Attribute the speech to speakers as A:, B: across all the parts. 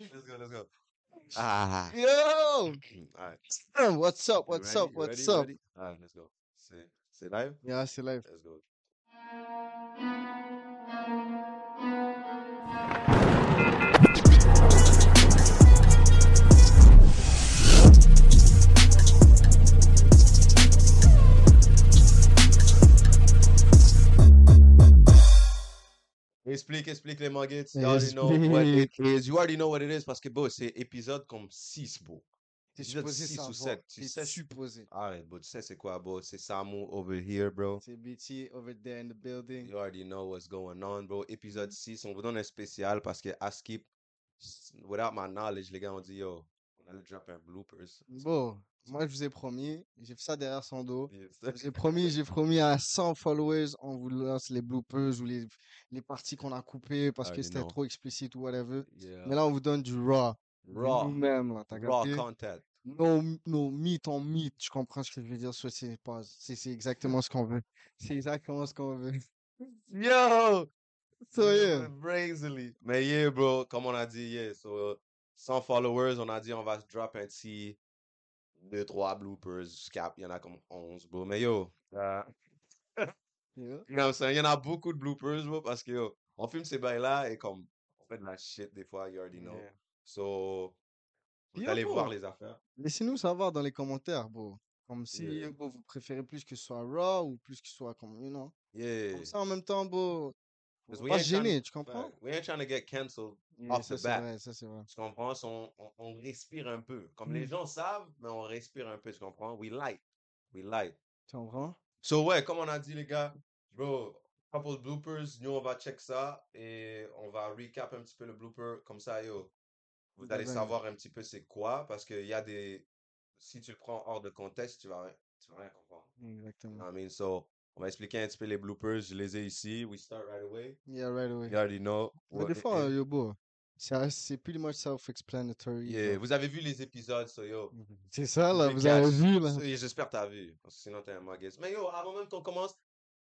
A: Let's go. Let's go.
B: Ah,
A: Yo. All right.
C: Hein,
A: What's up?
B: you
A: What's
B: ready?
A: up?
B: You ready?
A: What's
B: You
A: up?
B: ready?
A: All right. Let's go. C'est c'est live.
C: Yeah, c'est live.
A: Let's go. Explique, explique les manguettes. You already know what it is. You already know what it is parce que, bro, c'est épisode comme 6, bro.
C: T'es
A: Épisode
C: supposé
A: 6 ou
C: savoir.
A: 7. Tu
C: T'es
A: sais, je-
C: supposé.
A: Arrête, bro. Tu sais c'est quoi, bro? C'est Samu over here, bro.
C: C'est BT over there in the building.
A: You already know what's going on, bro. Épisode 6, on vous donne un spécial parce que Askip, s- without my knowledge, les gars, on dit yo, on allait drop un bloopers.
C: Bon, moi je vous ai promis, j'ai fait ça derrière son dos.
A: Yes.
C: J'ai promis, j'ai promis à 100 followers, on vous lance les bloopers ou les, les parties qu'on a coupées
B: Ah,
C: parce que
A: Already
C: c'était
A: know.
C: trop explicite ou whatever.
A: Yeah.
C: Mais là, on vous donne du raw. du
A: Raw.
C: Nous-mêmes, là, t'as
A: Raw
C: capté?
A: content.
C: Nos, nos mythes en mythes, tu comprends ce que je veux dire? soit C'est pas- c'est- c'est exactement ce qu'on veut. C'est exactement ce qu'on veut.
A: Yo!
C: So, yeah.
A: Brazily. Mais yeah, bro, comme on a dit, yeah. So, euh, 100 followers, on a dit on va se drop un petit 2-3 bloopers, cap. Il y en a comme 11, bro. Mais yo,
C: Ah.
A: euh,
C: Yeah.
A: You know what I'm saying? Il y en a beaucoup de bloopers, bro, parce que yo, on filme ces bails-là et comme on fait de la shit des fois, you already know.
C: Yeah.
A: So, vous
C: Yo,
A: allez voir
C: bro.
A: les affaires.
C: Laissez-nous savoir dans les commentaires, bro. Comme si
A: Yeah.
C: bro, vous préférez plus que ce soit raw ou plus que ce soit comme, you know.
A: Yeah.
C: Comme ça, en même temps, bro, on
A: Parce
C: va
A: we
C: pas
A: ain't
C: se
A: tryna-
C: gêner, tu comprends?
A: Ouais, We ain't trying to get canceled.
C: Yeah,
A: off
C: ça,
A: the
C: c'est
A: bat.
C: vrai, ça, c'est vrai.
A: Tu comprends? So, on, on- on respire un peu. Comme les
C: Mm.
A: gens savent, mais on respire un peu, tu comprends? We light. We light.
C: Tu comprends?
A: So, ouais, comme on a dit, les gars, bro, couple bloopers, nous, on va check ça et on va recap un petit peu le blooper. Comme ça, yo, vous
C: Vous
A: allez
C: avez un-
A: savoir un petit peu c'est quoi parce qu'il y a des. Si tu le prends hors de contexte, tu vas rien, tu vas rien comprendre. You know
C: Exactement.
A: what I mean? So, on va expliquer un petit peu les bloopers. Je les ai ici. We start right away.
C: Yeah, right away.
A: You already know
C: Mais
A: what
C: des
A: it
C: fois, euh,
A: is.
C: yo, bro, ça- c'est pretty much self-explanatory.
A: Yeah,
C: genre.
A: vous avez vu les épisodes, so yo.
C: C'est ça, Ben là,
A: Je
C: vous avez
A: catch.
C: vu, là.
A: So, yeah, J'espère que t'as vu, parce que sinon t'es un magasin. Mais yo, avant même qu'on commence,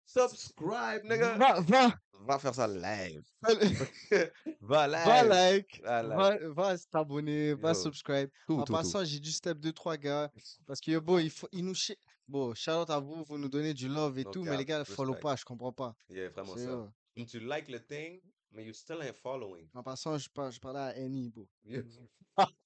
A: subscribe, nigga.
C: Va, va,
A: Va faire ça live.
C: va, le-
A: Va live.
C: va like,
A: Va live.
C: va, va t'abonner, va
A: Yo.
C: subscribe.
A: Tout,
C: En
A: tout, tout.
C: passant, j'ai du step 2, 3 gars. Parce que, bon, il faut, il nous chi- Bon, shout out à vous, vous nous donnez du love et
A: No
C: tout, mais les
A: cap,
C: gars, follow
A: respect.
C: pas, je comprends pas.
A: Yeah, vraiment
C: C'est,
A: ça.
C: euh,
A: Comme tu like le thing, mais you still ain't following.
C: En passant, je, par- je parlais à Annie, bro.
A: Yeah.
C: Mm-hmm.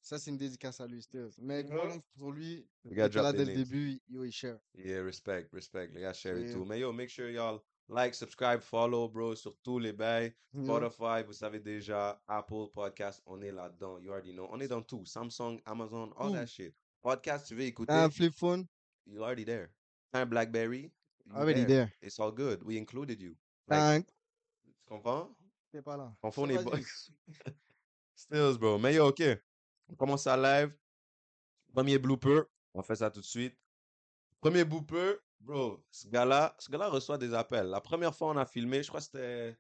C: Ça, c'est une dédicace à lui, c'était. Mais
A: Mhm.
C: gros love pour lui,
A: Le
C: il
A: gars
C: était là
A: drop
C: dès
A: des
C: le
A: names.
C: début, yo, il share.
A: Yeah, respect, respect. Les gars, share it
C: Yeah.
A: too. Mais yo, make sure y'all like, subscribe, follow, bro, sur tous les bails.
C: You know?
A: Spotify, vous savez déjà. Apple Podcast, on est là-dedans. You already know. On est dans tout. Samsung, Amazon, all that
C: Tout.
A: shit. Podcast, tu veux écouter,
C: T'as un flip phone?
A: you already there. T'as un Blackberry, you
C: Already
A: there.
C: there.
A: It's all good. We included you. Mm, Like,
C: T'as un...
A: tu comprends?
C: T'es pas là.
A: On fait, on
C: C'est
A: est
C: pas
A: bon.
C: dit.
A: Stills, bro. Mais yo, OK. On commence à live. Premier blooper. On fait ça tout de suite. Premier blooper. Bro, ce gars-là, ce gars-là reçoit des appels. La première fois, on a filmé, je crois que c'était...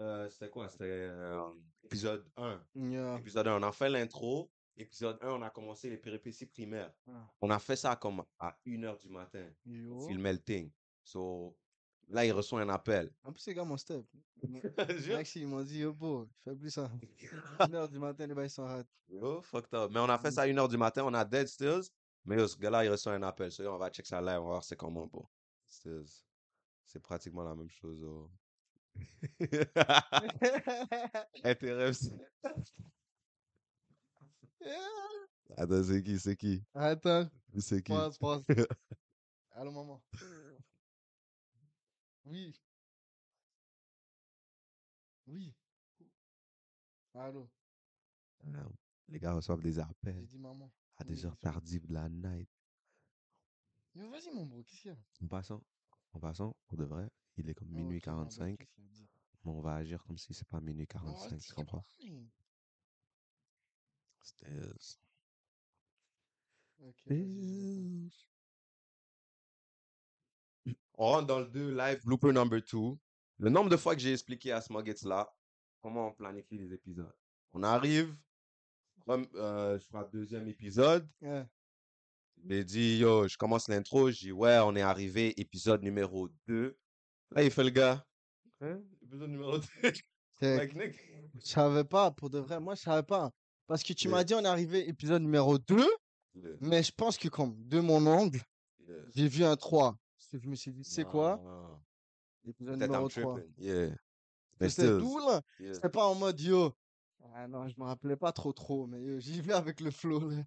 A: euh, c'était quoi? C'était euh, épisode 1.
C: Yeah.
A: Épisode 1, on a fait l'intro. Épisode 1, on a commencé les péripéties primaires.
C: Ah,
A: On a fait ça comme à 1h du matin.
C: Yo.
A: On filmait le thing. So, là, il reçoit un appel.
C: En plus, les gars, mon step. Mon-
A: Jure.
C: Maxi, ils m'ont dit, yo, bro, fais plus ça. 1h du matin, les bails sont hâte.
A: Yo, fucked up. Oh, Mais on a fait
C: Mm.
A: ça à 1h du matin, on a Dead Stills. Mais yo, ce gars-là, il reçoit un appel. So, yo, on va check ça live, on va voir c'est comment, bro. Stills, c'est pratiquement la même chose. oh. Interruption. Attends, c'est qui, c'est qui?
C: Attends,
A: C'est qui?
C: pause, pause. Allô, maman. Oui. Oui. Allô,
A: Ah, Les gars reçoivent des appels.
C: j'ai dit maman.
A: à
C: Oui,
A: des heures
C: bien sûr.
A: tardives de la night.
C: Mais vas-y, mon bro, qu'est-ce qu'il y a
A: En passant, en passant, pour de vrai, il est comme
C: Ah,
A: minuit
C: ok, pardon,
A: 45,
C: qu'est-ce qu'il a dit
A: mais on va agir comme si c'est pas minuit
C: Oh,
A: 45,
C: c'est
A: tu comprends?
C: pareil.
A: Stills.
C: Ok,
A: Eh,
C: vas-y, je comprends.
A: On rentre dans le 2, live blooper number 2. Le nombre de fois que j'ai expliqué à Smuggets là, comment on planifie les épisodes. On arrive, comme, euh, je crois, deuxième épisode.
C: Ouais,
A: Il dit, yo, je commence l'intro, je dis, ouais, on est arrivé, épisode numéro 2. Là, il fait le gars. Hein? Épisode numéro 2.
C: C'est-
A: Like, nigga.
C: Je savais pas, pour de vrai, moi je savais pas. Parce que tu
A: Yeah.
C: m'as dit on est arrivé épisode numéro 2,
A: Yeah,
C: mais je pense que comme de mon angle,
A: yeah.
C: j'ai vu un 3. Je me suis dit, c'est quoi?
A: Nah.
C: Épisode
A: Peut-être I'm
C: numéro 3.
A: tripping. Yeah. But
C: C'était
A: still,
C: doux là.
A: yeah.
C: C'était pas en mode yo. Ah non, je me rappelais pas trop trop, mais yo, j'y vais avec le flow là.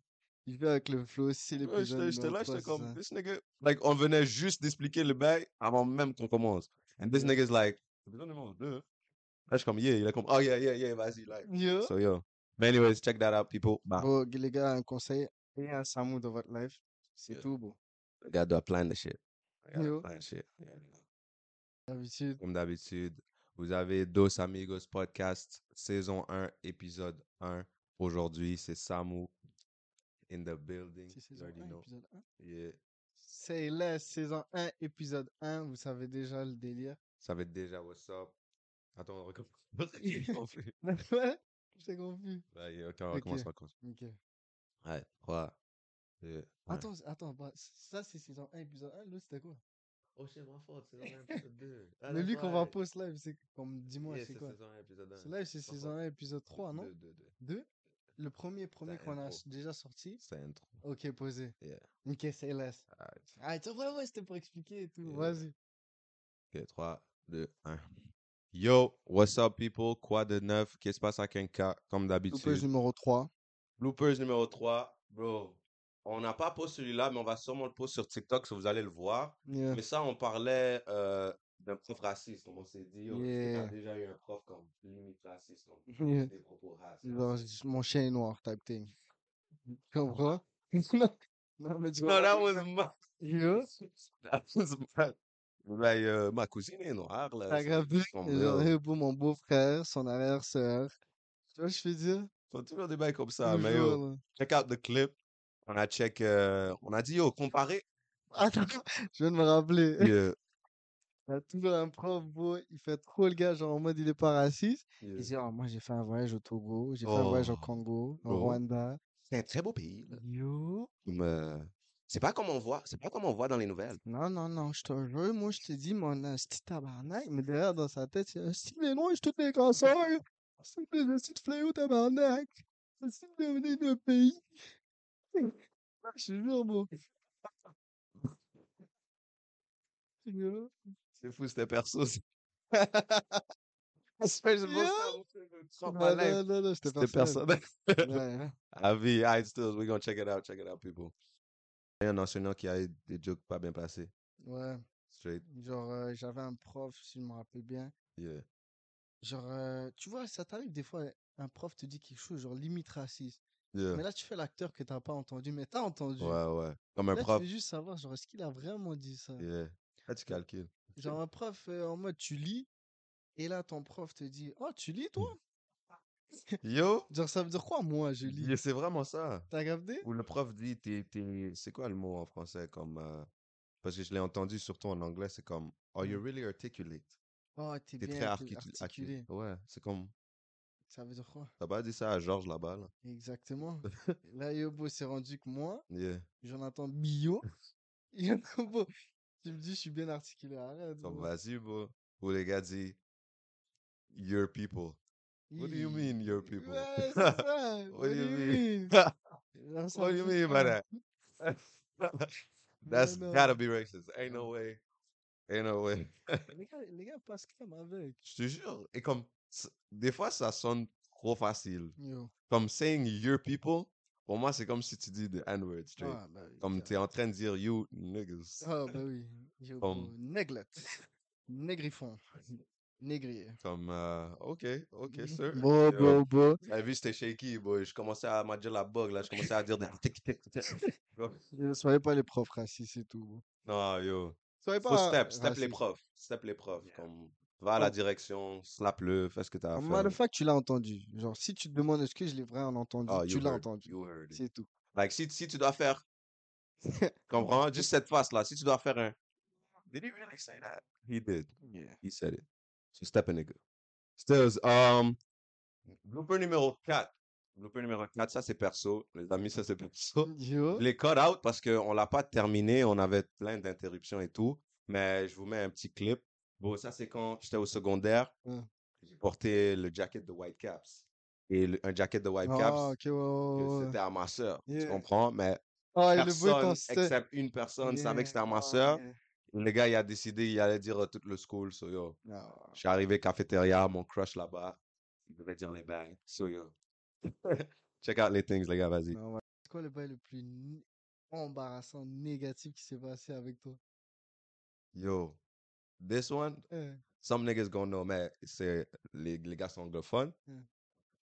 C: J'y vais avec le flow, c'est
A: Ouais, J'étais
C: l'épisode
A: j'étais
C: numéro
A: là,
C: 3,
A: j'étais
C: c'est
A: comme,
C: ça.
A: this nigga. Like, on venait juste d'expliquer le bail avant même qu'on commence. And this
C: Yeah.
A: nigga's like, épisode numéro 2. Là, je suis comme, yeah. Il est comme, oh yeah, yeah, yeah, vas-y, like.
C: Yo.
A: So, yo. But anyways, check that out, people. Bah,
C: Bon, les gars, un conseil, ayez un Samu dans votre life. C'est
A: Yeah.
C: tout, bon.
A: I gotta do a plan de shit. I gotta
C: Yo.
A: plan de shit. I gotta-
C: D'habitude.
A: Comme d'habitude, vous avez Dos Amigos Podcast, saison 1, épisode 1. Aujourd'hui, c'est Samu in the building.
C: C'est
A: You
C: saison
A: already
C: 1,
A: know.
C: épisode 1.
A: Yeah.
C: C'est la saison 1, épisode 1. Vous savez déjà le délire.
A: Ça va être déjà what's up. Attends, on recommence. J'ai compris.
C: Ouais, J'ai confus.
A: Bah, yeah, ok, on
C: Ok.
A: recommence, on recommence.
C: Ok.
A: Ouais, trois, Euh. deux, ouais.
C: Attends, c'est- attends, bah, c- ça c'est saison 1, épisode 1. L'autre c'était quoi?
A: Oh, c'est ma faute, saison 1, épisode 2. Ah,
C: Le lui
A: that's
C: qu'on va
A: right.
C: post live, c'est comme, dis-moi,
A: Yeah,
C: c'est
A: c'est
C: quoi?
A: saison 1, épisode 1.
C: Ce live c'est
A: par
C: saison
A: contre.
C: 1, épisode 3, non?
A: 2, 2, 2.
C: 2? Le premier, premier
A: un
C: qu'on a
A: gros.
C: s- déjà sorti.
A: C'est intro.
C: Ok, posé.
A: Yeah.
C: Ok, c'est la.
A: Alright.
C: Ah, tu vois, ouais, ouais, c'était pour expliquer et tout.
A: Yeah.
C: Vas-y.
A: Ok, 3, 2, 1. Yo, what's up, people? Quoi de neuf? Qu'est-ce qui se passe à Kenka? Comme
C: Loupage
A: d'habitude.
C: numéro 3.
A: Bloopers numéro 3. Bro, on n'a pas posté celui-là, mais on va sûrement le poster sur TikTok si vous allez le voir.
C: Yeah.
A: Mais ça, on parlait euh, d'un prof raciste. comme On s'est dit, yo, est-ce que
C: Yeah.
A: t'as déjà eu un prof comme limite raciste, comme
C: Yeah.
A: des propos racistes?
C: Genre, j- mon chien est noir, type thing. Tu comprends? Non, mais tu
A: No, that
C: comprends?
A: was mad.
C: Yo,
A: That was mad. Like, euh, ma cousine est noire, là.
C: t'as
A: c'est-
C: grave
A: c'est comme,
C: Genre,
A: yo,
C: hey, pour mon beau-frère, son arrière-sœur. Tu vois, je fais dire?
A: Faut toujours des bails comme ça, mais yo,
C: Toujours, là.
A: check out the clip. On a check, euh, on a dit, yo, comparé.
C: Attends, Ah, je viens de me rappeler.
A: Yeah,
C: T'as toujours un prof, beau, il fait trop le gars, genre en mode il est pas raciste. Il
A: yeah.
C: dit, oh, moi j'ai fait un voyage au Togo, j'ai fait un voyage au
A: Oh, euh
C: Congo, au
A: bro.
C: Rwanda.
A: C'est un très beau pays, là.
C: Yo.
A: Comme, euh, c'est pas comme on voit, c'est pas comme on voit dans les nouvelles.
C: Non, non, non, je te jure, moi je te dis, mon euh, petit tabarnak, mais derrière dans sa tête, c'est si les noirs, je toutes les cancers, c'est que les petits fléaux, tabarnak, c'est devenu le pays. Ah, Je te jure, moi. Yo.
A: C'est fou, c'était perso. ça.
C: Yo.
A: C'est pour ça, mon frère, je sens pas l'air.
C: Non, non, non, c'était
A: C'était
C: personnel.
A: personnel.
C: Ouais, ouais.
A: Ah oui, alright, still, we're gonna check it out, check it out, people. Il y a un enseignant qui a eu des jokes pas bien placés.
C: Ouais.
A: Straight,
C: Genre, euh, j'avais un prof, si je me rappelle bien.
A: yeah.
C: Genre, euh, tu vois, ça t'arrive des fois, un prof te dit quelque chose, genre limite raciste.
A: Yeah.
C: Mais là, tu fais l'acteur que t'as pas entendu, mais t'as entendu.
A: Ouais, ouais. Comme un
C: Là,
A: prof.
C: tu veux juste savoir, genre, est-ce qu'il a vraiment dit ça?
A: Yeah. Là, tu calcules.
C: Genre, un prof euh, en mode, tu lis, et là, ton prof te dit, oh, tu lis, toi?
A: Yo!
C: Genre, ça veut dire quoi, moi, je lis?
A: Yeah, c'est vraiment ça.
C: T'as capté?
A: Où le prof dit, t'es, t'es... c'est quoi le mot en français comme. euh, Parce que je l'ai entendu surtout en anglais, c'est comme Are you
C: Ouais.
A: really articulate?
C: Oh, t'es
A: T'es
C: bien
A: très
C: arti-
A: articu- arti-
C: articulé.
A: Ouais, c'est comme.
C: Ça veut dire quoi?
A: T'as pas dit ça à Georges là-bas, là.
C: Exactement. Là, Yobo s'est rendu que moi,
A: Yeah.
C: Jonathan Billot, Yobo, tu me dis, je suis bien articulé. Arrête.
A: Comme
C: bro.
A: vas-y, bro. Ou les gars disent Your people. What do you
C: Hi.
A: mean, your people?
C: Ouais, c'est ça.
A: What do you mean?
C: mean? Genre, ça
A: What do
C: me
A: you mean by
C: fout pas.
A: that?
C: Mais
A: That's
C: non.
A: gotta be racist. Ain't
C: Ah.
A: no way. Ain't no way.
C: Les gars, les gars passent crème avec.
A: Je te jure. Et comme, s- des fois, ça sonne trop facile.
C: Yo.
A: Comme saying your people, pour moi, c'est comme si tu dis the N-word straight.
C: Ah, bah oui.
A: Comme
C: gars.
A: t'es en train de dire you niggas.
C: Ah, bah oui. Yo,
A: Comme-
C: bro. Néglette. Négriffon. Négrier.
A: Comme, euh, ok, ok, sir.
C: Bro,
A: Yo,
C: bro, bro.
A: J'avais vu, c'était shaky, boy. Je commençais à me dire la bug, là. Je commençais à dire des tic, tic, tic. Bro.
C: Ne soyez pas les profs racistes et tout. bro.
A: Non, yo.
C: Soyez
A: Faut
C: pas
A: step, step les
C: racistes.
A: profs. Step les profs. Comme, va à la
C: Comme-
A: direction, slap-le, fais ce que t'as à
C: En
A: faire.
C: fact, tu l'as entendu. Genre, si tu te demandes est-ce que je l'ai vraiment entendu,
A: Ah,
C: tu
A: you
C: l'as
A: heard,
C: entendu.
A: you heard it.
C: C'est tout.
A: Like, si, si tu dois faire, comprends, juste cette face-là, si tu dois faire un. Did he really say that? He did.
C: Yeah.
A: He said it. So step a nigga. Stills, um, blooper numéro 4. Blooper numéro 4, ça c'est perso. Les amis, ça c'est perso.
C: Yo.
A: Je l'ai cut out parce qu'on l'a pas terminé. On avait plein d'interruptions et tout. Mais je vous mets un petit clip. Bon, ça c'est quand j'étais au secondaire.
C: Hein.
A: Il portait le jacket de Whitecaps. Et le- un jacket de
C: Ah,
A: Whitecaps,
C: ok, ouais, ouais,
A: que
C: ouais.
A: c'était à ma soeur. Tu
C: Yeah.
A: comprends? Mais
C: Ah, il le voit
A: personne,
C: ton style.
A: except une personne, savait
C: Yeah,
A: que c'était à ma
C: ah,
A: soeur.
C: yeah.
A: Le gars, il a décidé, il allait dire à tout le school, so yo.
C: Ah.
A: Je suis arrivé cafétéria, mon crush là-bas. Il devait dire les bails. So yo. Check out les things, les gars, vas-y.
C: Non, ouais. C'est quoi le bail le plus né- embarrassant, négatif qui s'est passé avec toi?
A: Yo. This one,
C: Eh,
A: some niggas gonna know, mais c'est les, les gars sont anglophones.
C: Mm.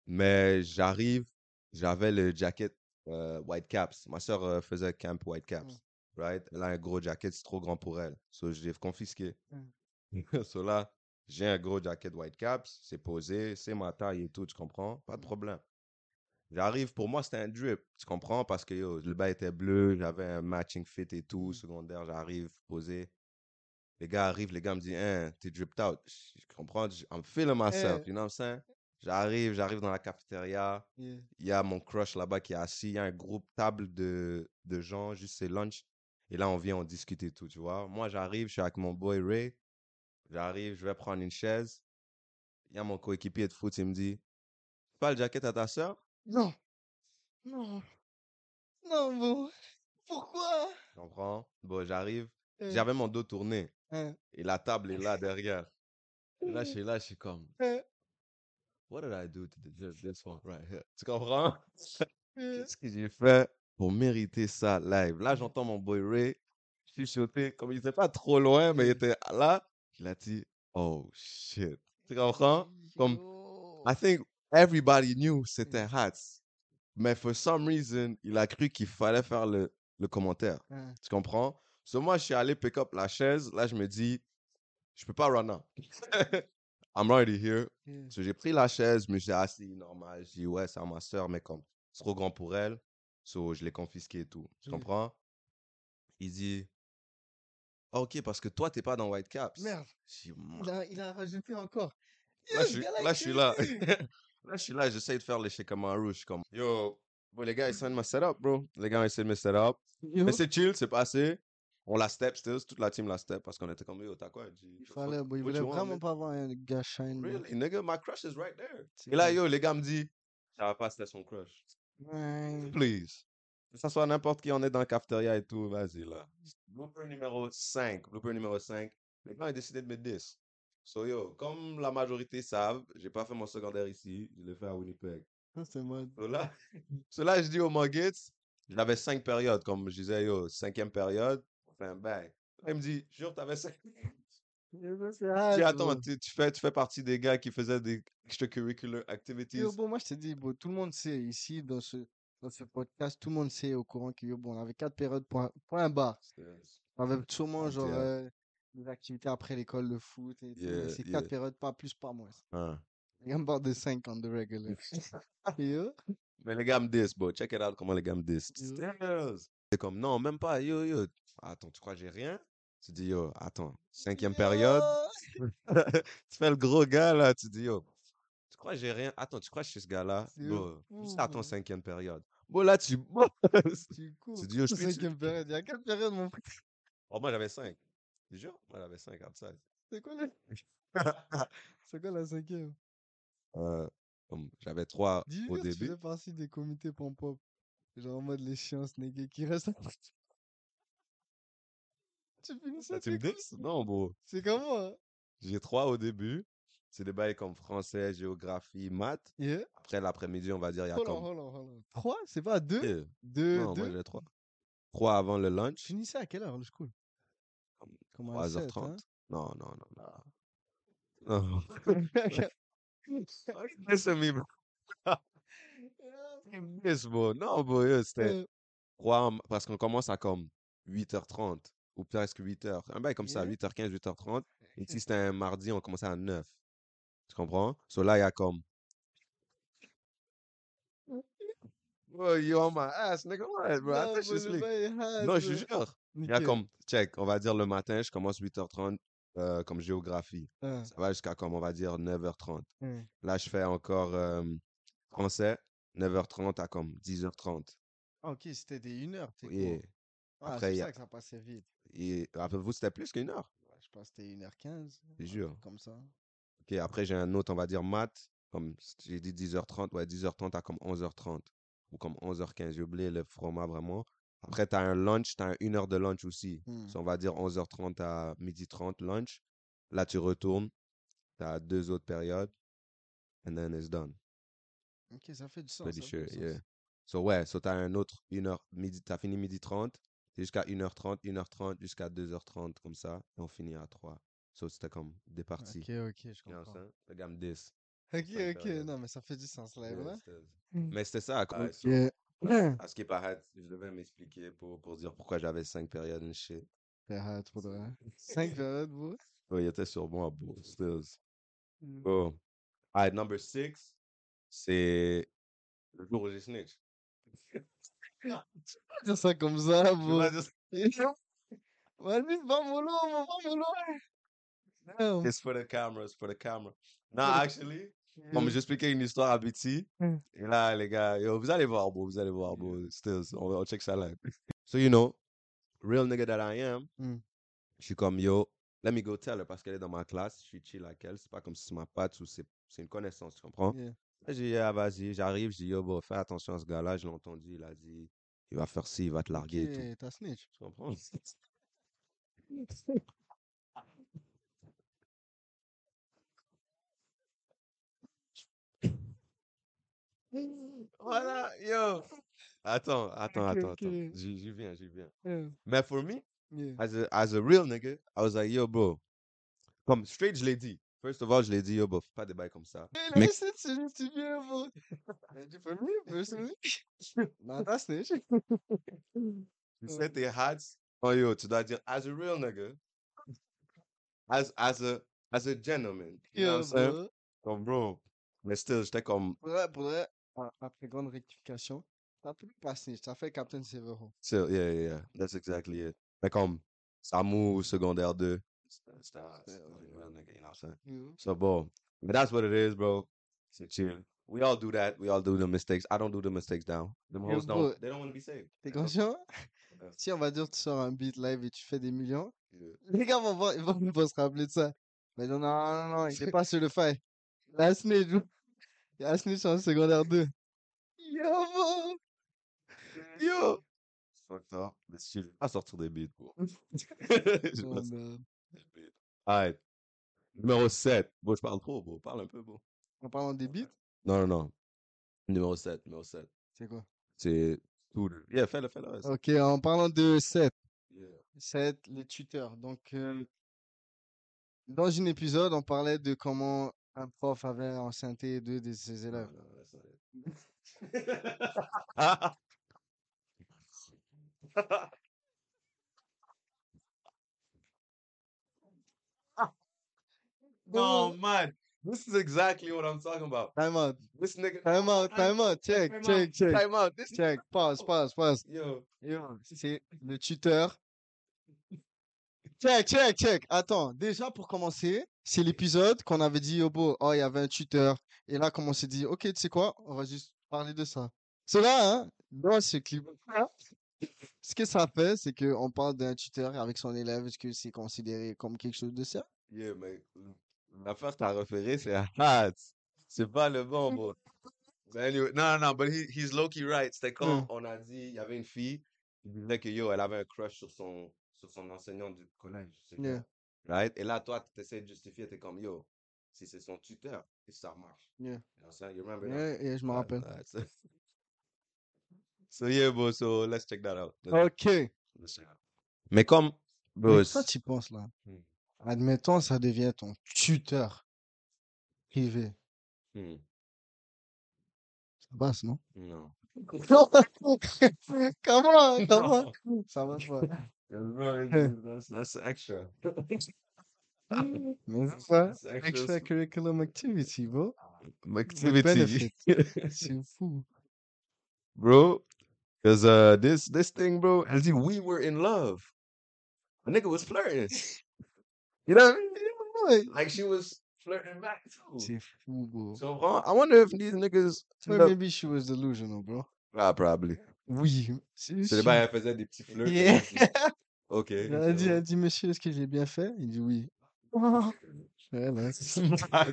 A: Mais j'arrive, j'avais le jacket euh, White Caps. Ma soeur faisait camp White Caps, right? Elle a un gros jacket, c'est trop grand pour elle. So je l'ai confisqué. so là, j'ai un gros jacket White Caps, c'est posé, c'est ma taille et tout, tu comprends? Pas de
C: Mm.
A: problème. J'arrive, pour moi, c'était un drip, tu comprends? Parce que yo, le bas était bleu, j'avais un matching fit et tout,
C: Mm.
A: secondaire, j'arrive, posé. Les gars arrivent, les gars me disent, hein, t'es dripped out. Je je comprends, je- I'm feeling myself,
C: Eh.
A: you know what I'm saying? J'arrive, j'arrive dans la cafétéria,
C: yeah.
A: il y a mon crush là-bas qui est assis, il y a un groupe table de, de gens, juste c'est lunch. Et là, on vient, on discute et tout, tu vois. Moi, j'arrive, je suis avec mon boy Ray. J'arrive, je vais prendre une chaise. Il y a mon coéquipier de foot, il me dit, pas le jacket à ta soeur?
C: Non. Non. Non, bon. Pourquoi?
A: Tu comprends? Bon, j'arrive,
C: Eh,
A: j'avais mon dos tourné
C: eh,
A: et la table est là derrière. Et là, je
C: Mm.
A: suis là, je suis comme,
C: eh,
A: What did I do to deserve this one right here? Tu comprends?
C: eh.
A: Qu'est-ce que j'ai fait pour mériter ça live? Là, j'entends mon boy Ray chuchoter, comme il était pas trop loin, mais il
C: Yeah.
A: était là. Il a dit, oh shit. Tu comprends? Comme-
C: Yo.
A: I think everybody knew c'était Hats. Mais for some reason, il a cru qu'il fallait faire le, le commentaire.
C: Ah.
A: Tu comprends? So, moi, je suis allé pick up la chaise. Là, je me dis, je peux pas run out. I'm already here.
C: Yeah.
A: So, j'ai pris la chaise, mais j'ai assis normal. J'ai dit, ouais, c'est à ma soeur, mais comme c'est trop grand pour elle, so, je l'ai confisqué et tout. Tu
C: Yeah.
A: comprends? Il dit, Ah, ok, parce que toi, t'es pas dans White Caps.
C: Merde,
A: J'ai dit,
C: il a, il a rajouté encore.
A: Là,
C: Yo,
A: je
C: ce
A: suis
C: gars-là,
A: là,
C: il
A: je suis
C: est
A: là.
C: nul.
A: Là, je suis là, j'essaie de faire les comme un rouge. Comme, yo, bro, les gars, ils sont de me setup, bro. Les gars, ils sont de me setup.
C: Yo.
A: Mais c'est chill, c'est passé. On la step, still. Toute la team la step parce qu'on était comme, yo, t'as quoi? J'ai dit,
C: Il
A: "The fuck-
C: fallait, bon, il
A: what
C: voulait
A: you want,
C: vraiment
A: nigga?"
C: pas avoir un gars shine. bro.
A: Really, nigga, my crush is right there.
C: C'est
A: Et là,
C: vrai.
A: yo, les gars me disent, ça va pas, c'était son crush.
C: Ouais.
A: Please. Que ça soit n'importe qui, on est dans la cafétéria et tout, vas-y là. Blooper numéro 5. Blooper numéro 5. Les gars ont décidé de mettre 10. So yo, comme la majorité savent, j'ai pas fait mon secondaire ici, je l'ai fait à Winnipeg.
C: Ça, C'est mode.
A: So là, so là, je dis au Muggets, j'avais 5 périodes, comme je disais, yo, cinquième période, on fait un bail. Là, il me dit, jure, t'avais 5.
C: J'ai Ah,
A: J'ai attends, tu, tu fais, tu fais partie des gars qui faisaient des extracurricular activities.
C: Yo, bon, moi, je te dis, bon, tout le monde sait ici, dans ce, dans ce podcast, tout le monde sait au courant que, yo, bon, on avait quatre périodes pour un, pour un bar. On avait sûrement,
A: Ah,
C: genre,
A: tiens.
C: euh, des activités après l'école, le foot et tout. mais
A: Yeah,
C: c'est
A: yeah.
C: quatre périodes, pas plus, pas moins.
A: Hein.
C: Il y a un bar de 5 on the regular. Ah, Yo,
A: Mais les gars me disent, bro, check it out comment les gars me disent.
C: Yo.
A: Stairs. C'est comme, non, même pas, yo, yo. Attends, tu crois que j'ai rien? Tu dis, yo, attends, cinquième période. tu fais le gros gars, là, tu dis, yo, tu crois que j'ai rien? Attends, tu crois que je suis ce gars-là?
C: C'est yo.
A: Bro, juste attends,
C: Ouh.
A: cinquième période. Bon, là, tu bosses.
C: Tu cours.
A: dis, yo, je suis-
C: Cinquième période. Il y a quatre périodes, mon frère.
A: Oh, moi, j'avais cinq. Je te jure, moi, j'avais cinq, outside.
C: C'est quoi, le- c'est quoi la cinquième?
A: Euh, comme j'avais trois
C: Dis
A: au
C: que tu
A: début.
C: fais partie des comités pom-pop. Genre en mode les chiens sneakés qui restent. à- tu finis ça,
A: Là, Bah, tu me dis? Non, bro.
C: C'est comment? hein?
A: J'ai trois au début. C'est des bails comme français, géographie, maths.
C: Yeah.
A: Après l'après-midi, on va dire, il y a
C: Hold on,
A: comme.
C: hold on, hold on. Trois? C'est pas deux?
A: Yeah.
C: Deux,
A: Non, moi
C: deux.
A: j'ai trois. Trois avant le
C: Tu
A: lunch.
C: finissais à quelle heure le school?
A: Comme
C: Comment
A: 3h30.
C: hein.
A: Non, non, non, non. Non. Ah, Why you listen me, bro? You miss, bro. Non, bro, yo,
C: Euh.
A: c'était trois en- parce qu'on commence à comme 8h30 ou presque 8h. Un bail comme ça,
C: Yeah.
A: 8h15, 8h30. Et si c'était un mardi, on commençait à 9. Tu comprends? So là, il y a comme. Bro, you on Oh, my ass, nigga. What, bro? I
C: Non,
A: thought you
C: bro, le
A: sleep.
C: bail est hard,
A: Non, je
C: bro.
A: te jure. Il y a
C: Nickel.
A: comme, check, on va dire le matin, je commence 8h30 euh, comme géographie.
C: Ah,
A: Ça va jusqu'à comme, on va dire 9h30.
C: ouais.
A: Là, je fais encore euh, français, 9h30 à comme 10h30.
C: Ah, ok, c'était des une heure, tes cours.
A: Et,
C: Ah,
A: après,
C: c'est
A: y
C: pour
A: a-
C: ça que ça passait vite.
A: et après vous, c'était plus qu'une heure.
C: Ouais, Je pense que c'était 1h15.
A: Je jure.
C: Comme ça.
A: Ok, après, j'ai un autre, on va dire, maths. Comme si j'ai dit 10h30, ouais, 10h30 à comme 11h30 ou comme 11h15. J'ai oublié le format vraiment. Après, tu as un lunch, tu as une heure de lunch aussi.
C: Hmm.
A: So, on va dire 11h30 à 12h30, lunch. Là, tu retournes. Tu as deux autres périodes. And then it's done.
C: Ok, ça fait du sens.
A: Pretty
C: ça
A: sure,
C: fait du sens.
A: yeah. So, ouais, so t'as un autre, une heure, midi, t'as fini midi 30, c'est jusqu'à 1h30, 1h30, jusqu'à 2h30, comme ça, et on finit à 3. So, c'était comme des parties.
C: Ok, ok, je
A: You know what I'm
C: comprends.
A: saying? Like, I'm this.
C: Ok,
A: Cinq
C: ok,
A: périodes.
C: non, mais ça fait du sens, là,
A: Yeah,
C: voilà.
A: c'était-
C: Mm.
A: Mais c'était ça, quoi. So,
C: Ok.
A: à ce qui paraît, si je devais m'expliquer pour, pour dire pourquoi j'avais 5 périodes and shit.
C: T'es hâte, pour de vrai. Cinq périodes, bro.
A: Oh, il était sur moi, bro. Stills.
C: Mm.
A: Bro. Alright, number 6, c'est le jour où j'ai snitch.
C: Faut Dire ça comme ça,
A: Je
C: bro.
A: vais dire-
C: Vas-y, va mollo, va Ah, mollo. Damn.
A: It's for the cameras, for the camera. Nah,
C: the-
A: actually, on
C: Mmh.
A: m'a expliqué une histoire à Betty.
C: Mm.
A: Et là, les gars, yo, vous allez voir, bro, vous allez voir, bro.
C: Mmh.
A: Still, on, on check ça live. So, you know, real nigga that I am,
C: Mm.
A: je suis comme, yo, let me go tell her parce qu'elle est dans ma classe, je suis chill avec elle, c'est pas comme si c'est ma patte ou c'est c'est une connaissance, tu comprends?
C: Yeah.
A: Là, J'ai dit, ah, vas-y, j'arrive, je dis, yo, bro, fais attention à ce gars-là, je l'ai entendu, il a dit, il va faire ci, il va te larguer et tout.
C: Ok, t'as snitch.
A: Tu comprends?
C: Eh,
A: Voilà, yo. Attends, attends,
C: Ok,
A: attends,
C: ok.
A: attends. J'y j'y viens, j'y viens.
C: Yeah.
A: Mais for me,
C: Yeah.
A: as a, as a real nigga, I was like, yo, bro. Comme straight, je l'ai dit. First of all, je l'ai dit, yo, bro, fais pas des bails comme ça.
C: Hey,
A: Mais-
C: là, c'est c'est juste du bien, bro. Mais du premier, personally. Non, t'as snitch.
A: Tu
C: Ouais.
A: sais, tes hats. Oh, yo, tu dois dire, as a real nigga. As, as, a, as a gentleman. You know what
C: Yeah,
A: I'm saying?
C: bro.
A: Comme, bro. Mais still, j'étais comme,
C: Pour vrai, pour vrai, a- après grande rectification, t'as plus pas snitch, t'as fait Captain Severo.
A: still, yeah, yeah, yeah. That's exactly it. Mais comme, Samu, secondaire 2. C'était c'était- c'était un real nigga, you know what I'm saying?
C: Yeah.
A: So, bro, but that's what it is, bro. So chill. We all do that. We all do the mistakes. I don't do the mistakes now. Them
C: Yo,
A: hoes
C: bro.
A: don't. They don't want to be saved.
C: T'es
A: They don't-
C: conscient?
A: Yeah.
C: Si on va dire tu sors un beat live et tu fais des millions,
A: Yeah.
C: les gars vont voir, ils vont, ils vont se rappeler de ça. Mais non, non, non, non, il est pas sur le file. La snitch, bro. Il y a la snitch en secondaire 2. Yo, bro. Yo.
A: It's Fucked up. Mais si je vais sortir des beats, bro. Je vais
C: Oh,
A: pas sortir
C: merde.
A: des beats. Alright. Numéro 7. Bon, je parle trop, bro. Parle un peu, bro.
C: En parlant des beats,
A: Non, non, non. Numéro 7. Numéro 7.
C: c'est quoi?
A: C'est tout. le- Yeah, fais-le, fais-le. ouais, c'est-
C: Ok, en parlant de 7,
A: Yeah.
C: 7, les tuteurs. Donc, euh, dans un épisode, on parlait de comment un prof avait enceinté deux de ses
A: Non,
C: élèves.
A: non, that's not it.
C: Comment-
A: Oh, man. This is exactly what I'm talking about.
C: Time out,
A: This nigga.
C: time out, time out, check,
A: Time out,
C: check, check,
A: Time out. This
C: check, pause, pause, pause.
A: Yo.
C: Yo, c'est le tuteur. Check, check, check. Attends, déjà pour commencer, c'est l'épisode qu'on avait dit, oh, bon, oh, il y avait un tuteur. Et là, comme on s'est dit, ok, tu sais quoi, on va juste parler de ça. Cela, hein, dans ce clip-là, ce que ça fait, c'est qu'on parle d'un tuteur avec son élève, est-ce que c'est considéré comme quelque chose de sérieux?
A: Yeah, mais l'affaire que t'as référé, c'est Hats. C'est pas le bon, bro. But anyway, non, non, non, but he, he's low-key right. C'était quand
C: Hmm.
A: on a dit, il y avait une fille, qui disait que yo, elle avait un crush sur son, sur son enseignant du collège, je sais
C: Yeah.
A: pas. Right? Et là, toi, t'essaies de justifier, t'es comme yo, si c'est son tuteur, et ça marche.
C: Yeah.
A: You know what I'm saying? You remember that?
C: Yeah, yeah, je me
A: Alright,
C: rappelle.
A: alright, so, so yeah, bro, so let's check that out. Let's-
C: Ok.
A: let's check it out. Mais comme, bro,
C: Mais toi,
A: c'est-
C: tu penses là.
A: Hmm.
C: Admettons, ça devient ton tuteur privé.
A: hmm,
C: Ça passe, non?
A: non.
C: Non. Comment? Comment? Ça va pas.
A: That's, that's extra.
C: Mais c'est ça.
A: That's extra. s-
C: Extracurriculum activity, bro.
A: Activity.
C: C'est fou.
A: bro. Cause uh, this this thing, bro. As you, we were in love. The nigga was flirting. You know what I mean?
C: Ouais.
A: Like she was flirting back too.
C: C'est fou, bro.
A: So uh, I wonder if these niggas. end
C: Well,
A: up-
C: maybe she was delusional, bro.
A: Ah, probably.
C: Oui. C'est
A: C'est le
C: sûr.
A: bail, elle faisait des petits flirts.
C: Yeah.
A: elle dit, Ok.
C: Elle a dit,
A: so-
C: elle dit, monsieur, est-ce que j'ai bien fait? Il dit oui. Ouais, ben, c'est ça.
A: Smart.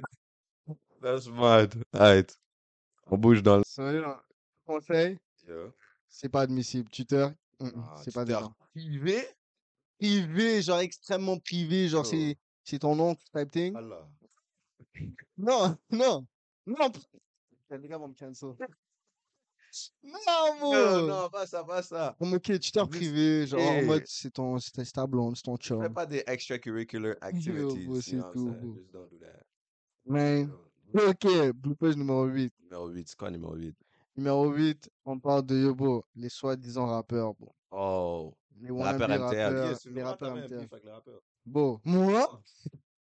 A: That's mad. Alright. On bouge dans le.
C: Ça veut dire, Conseil, c'est pas admissible. Tuteur, mm, mm,
A: Ah,
C: c'est pas des
A: tuteur.
C: gens. Privé Privé, genre extrêmement privé, genre
A: Oh.
C: c'est c'est ton oncle type thing.
A: Allah.
C: Non, non, non. p- Putain, Les gars vont me cancel. Non,
A: Non,
C: bro.
A: non, pas ça, pas ça.
C: Comme, ok, tuteur
A: Juste-
C: privé, genre en
A: Eh.
C: mode c'est ton, c'est ta- c'est ta blonde, c'est ton
A: Fais
C: chum.
A: pas des extracurricular activities.
C: bro, c'est
A: you know what I'm
C: tout,
A: saying?
C: bro. Hein?
A: Just don't do that.
C: Mais, ok, Blue Page numéro 8.
A: Numéro 8, c'est quoi numéro 8?
C: Numéro 8, on parle de Yobo, les soi-disant rappeurs, bro.
A: Oh,
C: Les
A: les
C: wannabe
A: rappeurs internes.
C: rappeurs,
A: Yes,
C: les rappeurs internes.
A: avec les rappeurs.
C: Bon, moi,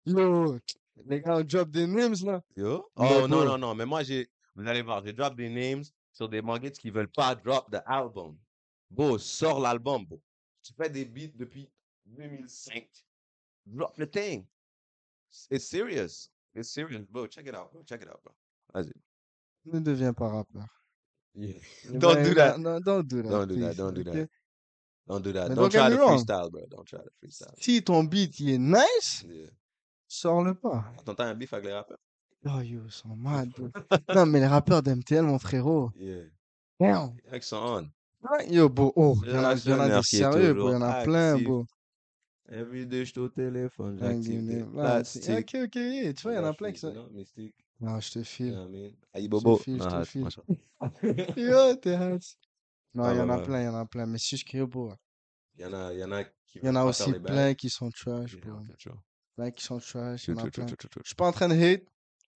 C: yo, les gars, on drop des names, là.
A: Yo?
C: Mais
A: Oh, non,
C: bro.
A: non, non, mais moi, j'ai. Vous allez voir, j'ai drop des names sur des manguettes qui veulent pas drop the album. Bro, sors l'album, bro. Tu fais des beats depuis 2005. Drop the thing. It's serious. It's serious, bro. Check it out, bro. Check it out, bro. Vas-y.
C: Ne deviens pas rappeur.
A: Yeah.
C: Eh
A: Don't
C: ben,
A: do that.
C: Non, non, don't do that.
A: Don't do that,
C: please,
A: don't do that.
C: ok?
A: Don't do that.
C: Mais
A: Don't
C: don't get
A: try
C: me
A: to
C: wrong.
A: freestyle, bro. Don't try to freestyle.
C: Si ton beat, il est nice,
A: Yeah.
C: sors-le pas.
A: T'entends un bif avec les rappeurs?
C: Oh, yo, ils sont mad. bro. non, mais les rappeurs d'MTL, mon frérot.
A: Yeah.
C: Damn.
A: Excellent.
C: Ouais, Yo, bro, oh, il y en a, il y en a
A: Générationnel
C: des
A: qui est
C: sérieux, bro, il y en
A: toujours
C: a plein,
A: actif.
C: bro.
A: Every day, je suis au téléphone,
C: Ouais,
A: j'active des
C: ouais,
A: plastiques.
C: c'est- ok, ok, yeah, tu vois, il y en a plein qui sont.
A: Non, mystique.
C: Non, je te
A: You
C: file.
A: know what I mean? Aïe,
C: Je te
A: Bobo.
C: file, je
A: Non,
C: te
A: arrête,
C: file.
A: franchement. Il
C: Yo, t'es hâte. Non,
A: Ah
C: il y en
A: ouais,
C: a
A: ouais.
C: plein, il y en a plein, mais c'est juste que, bro,
A: y en a, il y en a qui
C: il y en
A: veulent
C: a
A: pas faire
C: aussi
A: les bails.
C: plein qui sont trash,
A: Yeah,
C: bro.
A: ok, true.
C: Plein qui sont trash, il
A: True,
C: y en a
A: true, true,
C: plein.
A: true, true, true.
C: Je suis pas en train de hate.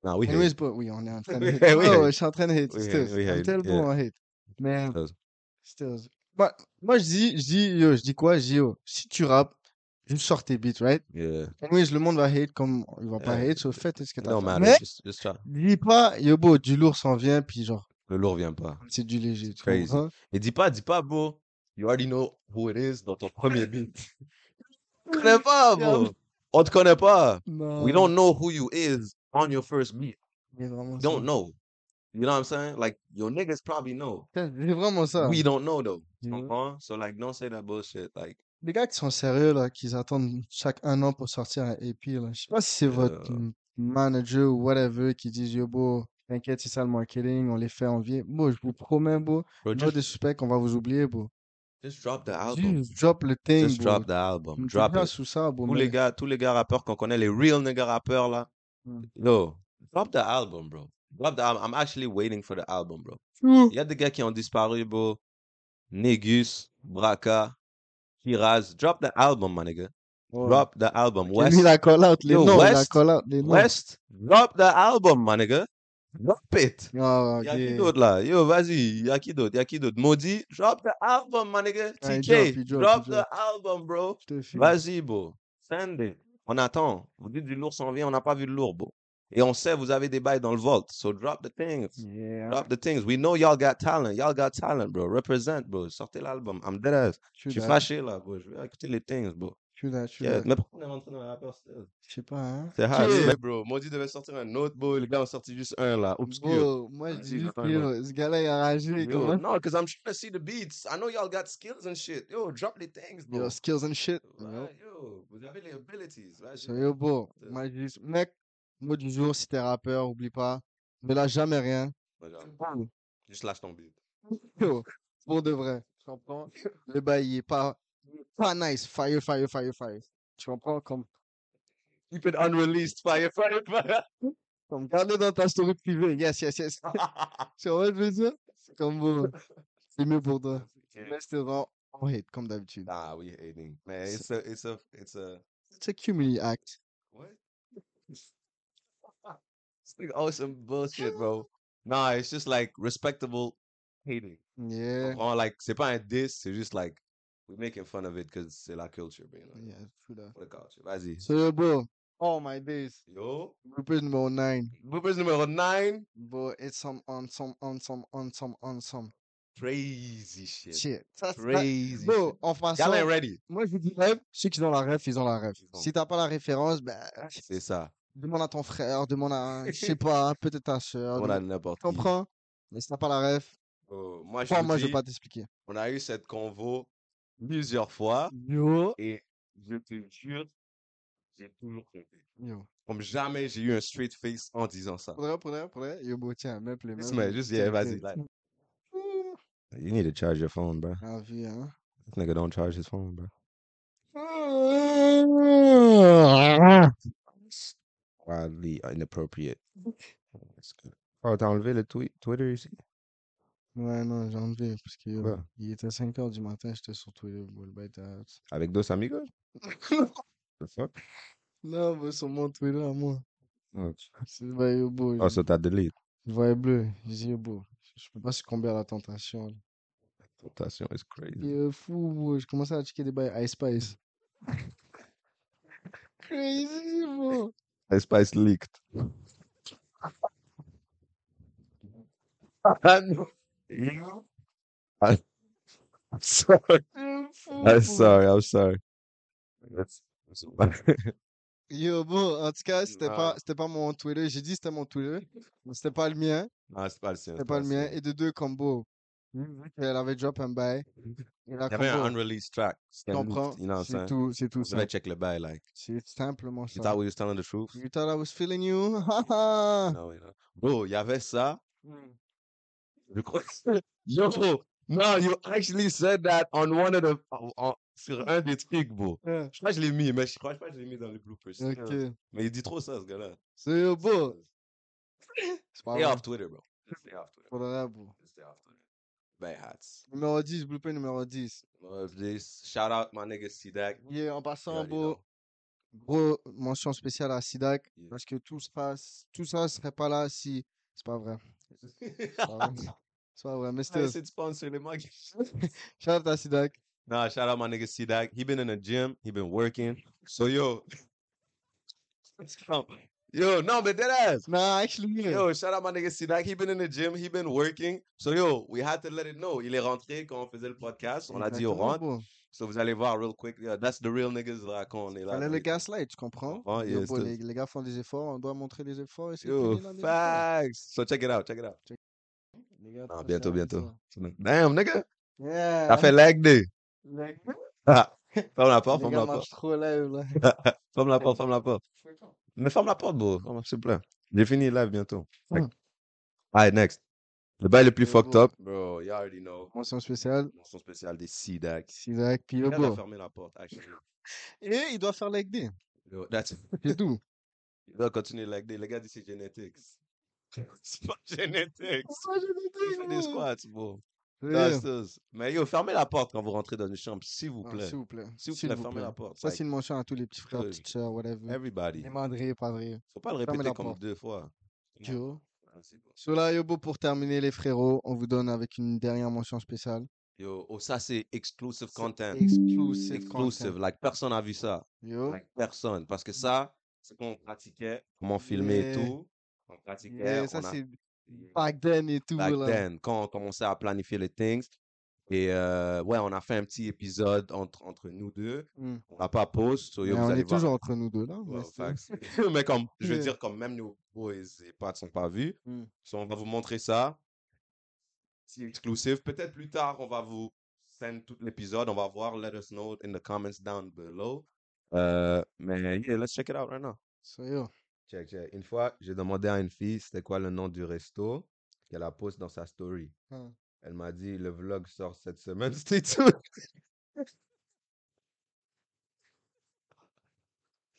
A: Non, we hate.
C: Anyways, bro, oui, on est en train de
A: We
C: hate.
A: hate, we
C: Ouais, ouais,
A: hate.
C: je suis en train de hate,
A: We hate,
C: stills.
A: we
C: I'm
A: hate,
C: tell bon
A: yeah.
C: en hate. Mais,
A: Stills.
C: stills. Bah, moi, je dis, je dis, yo, je dis quoi? Je dis, yo, si tu rappes, juste sors tes beats, right?
A: Yeah.
C: Anyways, le monde va hate comme il va pas
A: Yeah.
C: hate, so faites ce que
A: It
C: t'as à
A: don't
C: faire.
A: matter,
C: Mais,
A: just, just try.
C: dis pas, yo, bro, du lourd s'en vient, puis genre,
A: Le lourd vient pas.
C: c'est du léger, tu
A: Crazy.
C: comprends?
A: Et dis pas, dis pas, bro. You already know who it is dans ton premier beat. On te connaît pas,
C: Yeah. Oh.
A: bro. On te connaît pas.
C: Non.
A: We don't know who you is on your first beat.
C: C'est vraiment
A: We
C: ça.
A: don't know. You know what I'm saying? Like your niggas probably know.
C: Putain, C'est vraiment ça.
A: We don't know though.
C: Tu vois.
A: Comprends? So like don't say that bullshit. Like
C: Les gars qui sont sérieux, là, qui attendent chaque un an pour sortir un EP, là. Je sais pas si c'est votre
A: Yeah.
C: m- manager ou whatever qui dit, yo, bro, t'inquiète, c'est ça le marketing, on les fait envier. Bon, je vous promets, bro,
A: bro,
C: no
A: just
C: disrespect, on va vous oublier, bro.
A: just drop the album.
C: Juste drop le thing,
A: Just
C: bro.
A: drop the album.
C: Ne te
A: Drop
C: plains
A: it.
C: sous ça, bro,
A: Tous
C: mais-
A: les gars, tous les gars rappeurs qu'on connaît, les real nigga rappeurs là.
C: Mm.
A: Yo, drop the album, bro. Drop the album. I'm actually waiting for the album, bro.
C: Ouh.
A: Il y a des gars qui ont disparu, bro. Negus, Braka, Kiraz. Drop the album, my nigga.
C: Ouais.
A: Drop the album.
C: Ok, lui,
A: West.
C: il a call out les
A: Yo,
C: noms, il a
A: West,
C: call out les noms.
A: West, drop the album, my nigga. Drop it.
C: Ah,
A: Y'a qui
C: ok.
A: d'autre là? Yo, vas-y, y'a qui d'autre? Y'a qui d'autre? Maudit, drop the album, my nigga.
C: Ah, il
A: TK,
C: drop, il drop, il
A: drop the
C: drop.
A: album, bro.
C: Je te file.
A: Vas-y, bro. Send it. On attend. Vous dites du lourd s'en vient, on n'a pas vu le lourd, bro. Et on sait, vous avez des bails dans le vault. So drop the things.
C: Yeah.
A: Drop the things. We know y'all got talent. Y'all got talent, bro. Represent, bro. Sortez l'album. I'm dead ass.
C: True
A: Je suis
C: that,
A: fâché là, bro. Je vais écouter les things, bro.
C: true that, true
A: Yeah.
C: that.
A: Mais pourquoi on est rentré dans le rappeur still?
C: Je sais pas, hein.
A: C'est hard.
C: Yeah.
A: Mais bro, Maudit devait sortir un autre, bro. Les gars ont sorti juste un là, obscur.
C: Bro, moi je
A: Vas-y,
C: dis juste
A: j'attends
C: que
A: un autre.
C: yo, ce gars-là il a ragé, il
A: Yo,
C: commence.
A: no, because I'm trying to see the beats. I know y'all got skills and shit. Yo, drop the things, bro.
C: Yo, skills and shit.
A: Right, yo, vous avez les abilities. Right,
C: So, yo, bro,
A: Yeah.
C: moi je dis, juste- mec, mot du jour, si t'es rappeur, oublie pas, ne lâche jamais rien.
A: um,
C: Ouh.
A: Juste lâche ton beat.
C: Yo, pour de vrai, tu comprends? Le bail, il est pas, il est pas nice. Fire, fire, fire, fire. Tu comprends? Comme,
A: Keep it unreleased, fire, fire, fire.
C: comme garde-le dans ta story privée. Yes, yes, yes. Tu vois ce que je veux dire? C'est Comme, bro, c'est mieux pour toi. Mais c'est vraiment, on hate, comme d'habitude.
A: nah, we hating. Man,
C: So-
A: it's a, it's a, it's a,
C: It's a cumuli act.
A: what? It's like, oh, some bullshit, bro. Nah, it's just like respectable hating.
C: Yeah.
A: Or like, c'est pas un diss, c'est juste like, we're making fun of it because c'est la culture, bro. You know?
C: Yeah, true that.
A: For the culture. Vas-y.
C: So, yo, bro, oh my days.
A: Yo.
C: Reprise numéro 9.
A: Bloopers numéro 9.
C: Bro, it's some on some on some on some on some
A: Crazy shit.
C: shit. Ça, c'est- ça-
A: Crazy
C: Bro,
A: shit.
C: en
A: Y'all ain't
C: façon,
A: ready.
C: moi je vous dis rêve, ceux qui ont la ref, ils ont la ref.
A: Ils ont-
C: Si t'as pas la référence, ben
A: Ah, C'est ça.
C: demande à ton frère, demande à, je sais pas, peut-être ta soeur.
A: On a n'importe
C: Tu
A: qui.
C: comprends? Mais si t'as pas la ref,
A: Euh, moi, je
C: crois
A: vous
C: moi je vais
A: dis,
C: pas t'expliquer.
A: on a eu cette convo plusieurs fois
C: Yo.
A: et je te jure, j'ai toujours compris.
C: Yo.
A: Comme jamais j'ai eu un straight face en disant ça.
C: Pour vrai, pour vrai, pour vrai. Yo, bro, tiens, même les
A: This
C: mêmes,
A: man, just, yeah,
C: tiens,
A: vas-y,
C: tiens,
A: like-
C: tiens. Ouh,
A: You need to charge your phone, bro.
C: La vie, hein.
A: This nigga don't charge his phone, bro. Wildly inappropriate. That's good. Oh, t'as enlevé le tweet, Twitter ici?
C: Ouais, non, j'ai enlevé, parce que yo,
A: Ouais.
C: il était 5h du matin, j'étais sur Twitter, bro, le bête à-
A: Avec dos amigos? The fuck?
C: Non, bro, sur mon Twitter à moi.
A: Oh,
C: C'est le bail, yo, bro,
A: oh
C: je-
A: so t'as delete.
C: je voyais bleu, je dis, yo, bro, je peux pas succomber à la tentation, là.
A: Tentation is crazy.
C: Et, euh, fou, bro, je commençais à checker des bails Ice Spice. Crazy, bro.
A: Ice Spice leaked. Ah, no. I- I'm sorry.
C: Yo, fou,
A: I'm
C: bro.
A: sorry. I'm sorry. That's,
C: Yo, bon, en tout cas, c'était
A: Nah.
C: pas, c'était pas mon Twitter. J'ai dit c'était mon Twitter, mais c'était pas le mien.
A: non, c'est pas le sien.
C: C'était pas le mien. Et de deux, combo. Elle avait drop un bail. Et la
A: Il y avait un
C: combo,
A: unreleased track.
C: tu
A: C'était
C: comprends?
A: leaked, You know what I'm
C: C'est
A: saying?
C: tout, c'est tout
A: On devait
C: simple.
A: check le bail, like.
C: C'est simplement
A: You
C: ça.
A: thought we was telling the truth?
C: You thought I was feeling you? Ha ha!
A: No, you know. Bro, il y avait ça. Je crois que- Yo, no, you actually said that on one of the... on- on- sur un des trucs, bro.
C: Ah,
A: Je crois que je l'ai mis, mais je crois pas que je l'ai mis dans les bloopers.
C: Ok.
A: Mais il dit trop ça, ce gars-là.
C: So, yo, bon, c'est pas
A: Stay
C: vrai.
A: off Twitter, bro. Bah Stay off Twitter.
C: Pour le rap, bon.
A: Stay off Twitter. Bay hats.
C: Numéro 10, blooper numéro 10.
A: Love this. Shout out my nigga Sidak.
C: Yeah, en
A: You
C: passant,
A: already
C: bon,
A: know.
C: gros, mention spéciale à Sidak.
A: Yeah.
C: Parce que tout, sera, tout ça serait pas là si. C'est pas vrai. C'est pas vrai. C'est pas vrai, mais
A: I
C: still.
A: said sponsor the monkey.
C: Shout out à Sidak.
A: Nah, shout out my nigga C-Dac. He been in the gym. He been working. So yo, let's come. Yo, no, but dead ass.
C: Nah, actually, yeah.
A: Yo, shout out my nigga C-Dac. He been in the gym. He been working. So yo, we had to let it know. Il est rentré quand on faisait le podcast. On a dit au
C: Exactement,
A: rentre.
C: bro.
A: So vous allez voir real quick. Yeah, that's the real niggas là quand on est là.
C: Fallait
A: dans
C: le
A: les-
C: gaslight, tu comprends?
A: comprends?
C: Yo,
A: Yes,
C: bro,
A: tout.
C: les, les gars font des efforts, on doit montrer les efforts et c'est
A: Yo,
C: fini dans les efforts.
A: facts. So check it out, check it out.
C: Les gars,
A: Ah,
C: ça,
A: bientôt,
C: c'est
A: bientôt.
C: ça.
A: Damn, nigga. T'as
C: Yeah.
A: fait lag day.
C: Les
A: Ferme la porte,
C: les
A: ferme
C: gars
A: la porte.
C: marchent trop live, là.
A: Ferme la porte, ferme la porte. Mais ferme la porte, bro. Ferme- S'il te plaît. J'ai fini live bientôt. Fait que-
C: Hmm.
A: Alright, next. Le bail le plus
C: Yo,
A: fucked
C: bro.
A: up. Bro, you already know.
C: Mention spéciale,
A: Mention spéciale des CDAC.
C: Sidak, puis oh, yo,
A: Il a
C: bro.
A: fermé la porte, actually.
C: Et il doit faire leg day.
A: Yo, that's...
C: C'est tout.
A: Il doit continuer like this. Le gars dit c'est genetics. C'est pas genetics.
C: Pourquoi j'ai
A: Il fait des
C: dit, bro?
A: squats, Ah, bro.
C: Yeah.
A: That's us. Mais yo, fermez la porte quand vous rentrez dans une chambre, s'il vous
C: Non,
A: plaît.
C: Ah, S'il vous plaît.
A: S'il vous
C: S'il
A: plaît,
C: vous
A: fermez
C: plaît.
A: la porte.
C: Ça,
A: Like,
C: c'est une mention à tous les petits frères,
A: Good.
C: petites sœurs, whatever.
A: everybody.
C: Les mandrés, pas vrai.
A: Faut pas le
C: Fermez
A: répéter
C: la
A: comme
C: porte.
A: deux fois. Come on.
C: Yo.
A: Ah, c'est bon.
C: Cela, Yobo, pour terminer, les frérots, on vous donne avec une dernière mention spéciale.
A: Yo, oh, ça c'est exclusive
C: C'est
A: content.
C: Exclusive,
A: Exclusive.
C: content. Oh.
A: Like, personne n'a vu ça.
C: Yo.
A: Like, personne. Parce que ça, c'est qu'on pratiquait, comment filmer et
C: Yeah.
A: tout. On pratiquait,
C: Yeah, ça,
A: on a.
C: c'est back then et tout,
A: Back
C: là.
A: then, quand on commençait à planifier les things. Et euh, ouais, on a fait un petit épisode entre, entre nous deux.
C: Hmm.
A: On n'a pas pause. so yo,
C: Mais
A: vous
C: on
A: allez
C: est
A: voir.
C: toujours entre nous deux, là. mais
A: Wow,
C: c'est-
A: facts. mais comme, je veux
C: Yeah.
A: dire, comme même nos boys et pas sont pas vus,
C: Mm.
A: so on va vous montrer ça. C'est exclusif. Peut-être plus tard, on va vous send tout l'épisode. On va voir. Let us know in the comments down below. Euh, mais yeah, let's check it out right now.
C: So, yo.
A: Check, check. Une fois, j'ai demandé à une fille c'était quoi le nom du resto qu'elle a posté dans sa story.
C: Hein.
A: Elle m'a dit le vlog sort cette semaine. C'était tout.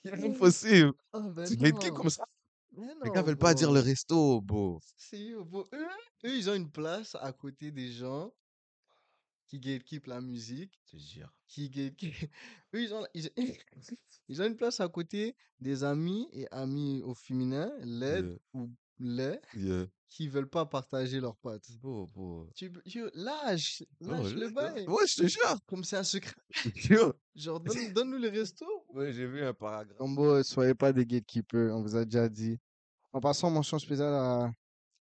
A: C'est impossible.
C: Oh, ben
A: Tu les dis
C: non.
A: comme ça.
C: Mais non,
A: Les gars veulent pas dire
C: bro.
A: le resto, beau.
C: C'est Yobo. Eux, eux, ils ont une place à côté des gens qui gatekeep la musique.
A: Je te jure.
C: qui, qui- qui- eux, ils ont, ils, ils ont une place à côté des amis et amis au féminin, LED
A: Yeah.
C: ou les,
A: Yeah.
C: qui veulent pas partager leurs pattes.
A: Beau, beau.
C: Tu, peux- yo, lâche,
A: Non,
C: lâche le
A: là,
C: bail.
A: Ouais, je te jure.
C: Comme c'est un secret.
A: Yo.
C: Genre, donne, donne-nous le resto.
A: Ouais, j'ai vu un paragraphe.
C: Combo, euh, soyez pas des gatekeepers, on vous a déjà dit. En passant, mention spéciale à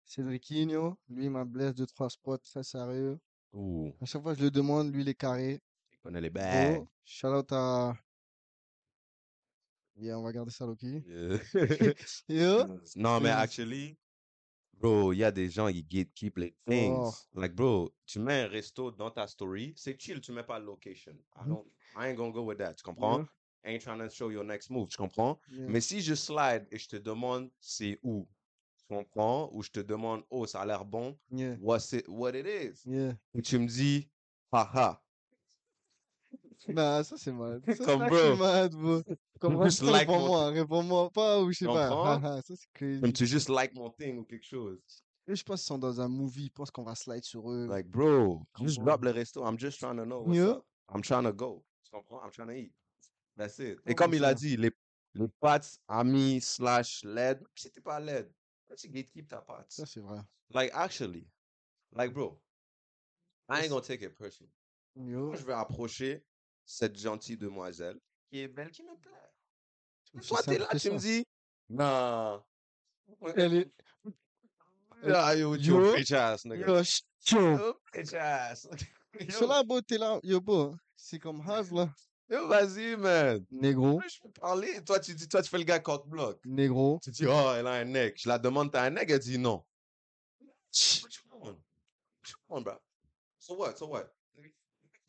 C: Cédricinho. Lui, il m'a blessé de trois spots, très sérieux.
A: Ouh,
C: À chaque fois que je le demande, lui, il est carré.
A: il connaît Oh, les bags.
C: Gros, shout out à. Yeah, on va garder ça, Loki.
A: Yeah.
C: Yo,
A: non, mais
C: Mm.
A: actually, bro, il y a des gens qui gatekeep les things.
C: Fort.
A: Like, bro, tu mets un resto dans ta story, c'est chill, tu mets pas le location. I,
C: Mhm.
A: don't, I ain't gonna go with that, tu comprends?
C: Yo.
A: ain't trying to show your next move, tu comprends?
C: Yeah.
A: Mais si je slide et je te demande c'est où, tu comprends? Ou je te demande, oh, ça a l'air bon,
C: Yeah.
A: what's it, what it is?
C: Yeah.
A: Et tu me dis, haha,
C: Nah, Bah, ça c'est malade. Ça,
A: Comme
C: ça,
A: bro.
C: c'est malade, bro. Comme
A: Just
C: réponds-
A: like mon-
C: réponds-moi, réponds-moi pas ou je sais pas.
A: Comprends?
C: Ah, ah, ça c'est crazy.
A: comme tu juste like mon thing ou quelque chose.
C: Eux, je pense qu'ils sont dans un movie, ils pensent qu'on va slide sur eux.
A: Like, bro, just
C: Comprends.
A: drop le resto. I'm just trying to know what's
C: Yeah.
A: up. I'm trying to go. Tu comprends? I'm trying to eat. That's it.
C: Ouais,
A: Et comme
C: c'est
A: il a
C: ça.
A: dit, les, les pats amis slash led, même si t'es pas led, même si gatekeep ta pats.
C: Ça c'est vrai.
A: Like, actually, like, bro, I ain't gonna take it personal.
C: Yo.
A: Moi, je vais approcher cette gentille demoiselle qui est belle, qui me plaît. Mais
C: C'est
A: toi, t'es
C: simple
A: là,
C: que
A: tu me
C: ça.
A: dis, non.
C: Elle est.
A: Ah, yo,
C: yo,
A: yo, bitch ass, nigga.
C: Yo, ch- yo.
A: Yo, bitch ass.
C: C'est là, bro, t'es là. Yo, bro. C'est comme Haz, là.
A: Yo, vas-y, man.
C: Négro.
A: Moi, Je peux parler. Toi, tu dis, toi, tu fais le gars cock block.
C: Négro.
A: Tu dis, oh, elle a un nec. Je la demande, t'as un nec? Elle dit non. What you want? What you want, bro? So what? So what?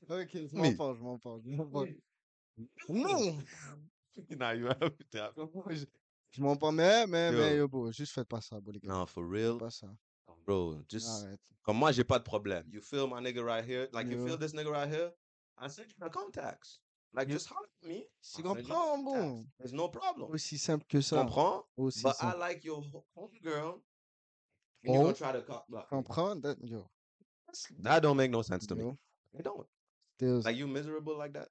C: Ok, je
A: Mais-
C: m'en parle, je m'en parle. Je m'en parle.
A: Non! Nah, you have to have-
C: Je m'en parle, mais, mais, mais,
A: Yo.
C: yo, bro. Juste faites pas ça, bro, les gars.
A: Non, for real.
C: Pas ça.
A: Bro, just.
C: Arrête.
A: Comme moi, j'ai pas de problème. You feel my nigga right here? Like, you
C: Yeah.
A: feel this nigga right here? I sent you my contacts. Like,
C: Yeah.
A: just holler at me.
C: Tu
A: I'll send you my
C: comprends,
A: contacts.
C: bro?
A: There's no problem.
C: Aussi simple que
A: Tu
C: ça.
A: comprends?
C: Aussi
A: But I
C: simple.
A: like your ho- homegirl. And you
C: Oh.
A: gonna try to cock block me.
C: Comprends? That- Yo.
A: That don't make no sense to me.
C: Yo.
A: It don't.
C: There's,
A: Like you miserable like that.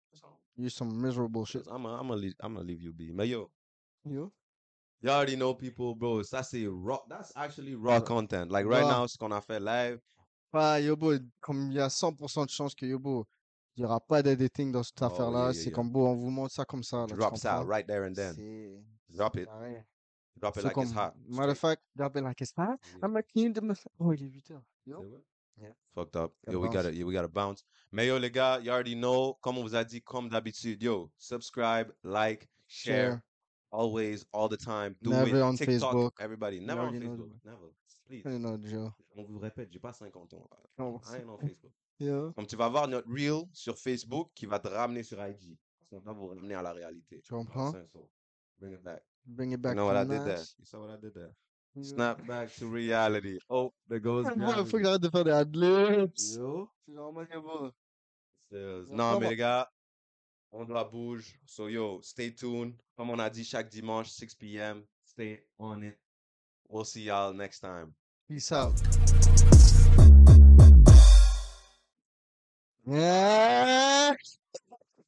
C: you some miserable shit.
A: I'm gonna I'm gonna leave, I'm gonna leave you be. But yo,
C: Yo.
A: you already know people, bro. That's a raw. That's actually raw
C: Bro.
A: content. Like right
C: Raw.
A: now, ce qu'on a fait live.
C: Ah, Yobo, comme il y a 100% de chances que Yobo, il n'y aura pas d'editing dans cette
A: Oh,
C: affaire-là,
A: yeah, yeah,
C: c'est
A: yeah.
C: comme beau, on vous montre ça comme ça, là, tu
A: Drops
C: comprends?
A: out right there and then.
C: C'est.
A: Drop
C: c'est
A: it.
C: pareil.
A: Drop it
C: C'est
A: like
C: comme.
A: it's hot.
C: Matter of
A: Straight.
C: fact, rappelle la question. Ah,
A: Yeah.
C: I'm a king of my- Oh, il est 8h.
A: Say
C: Yo.
A: what?
C: Yeah.
A: Fucked up.
C: Gotta
A: Yo, we
C: bounce.
A: gotta, yeah, we gotta bounce. Mais yo, les gars, you already know. Comme on vous a dit, comme d'habitude, yo, subscribe, like, share,
C: Share.
A: always, all the time. Do
C: Never
A: it.
C: on
A: TikTok,
C: Facebook.
A: everybody.
C: You
A: Never on
C: already know the
A: Facebook.
C: way.
A: Never. Please.
C: You know, Joe.
A: On vous répète, j'ai pas 50 ans.
C: Oh,
A: I ain't on Facebook.
C: Yo.
A: Comme tu vas voir notre reel sur Facebook qui va te ramener sur IG. Ça va vous ramener à la réalité.
C: Tu comprends?
A: That's it, so Bring it back.
C: Bring it
A: You
C: back
A: know what
C: to
A: I did there?
C: nuts.
A: You saw what I did there?
C: Yo.
A: Snap back to reality. Oh, there goes
C: Ah, Moi, il faut
A: gravity.
C: que j'arrête de faire des adlibs.
A: Yo.
C: C'est normal, Yobo.
A: Sales.
C: Bon,
A: Non,
C: ça
A: mais
C: va.
A: les gars, on de la bouge. So yo, stay tuned. Comme on a dit chaque dimanche, 6 p.m. Stay on it. We'll see y'all next time.
C: Peace out. Yeah.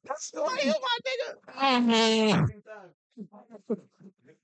A: That's the way, my nigga. Every time.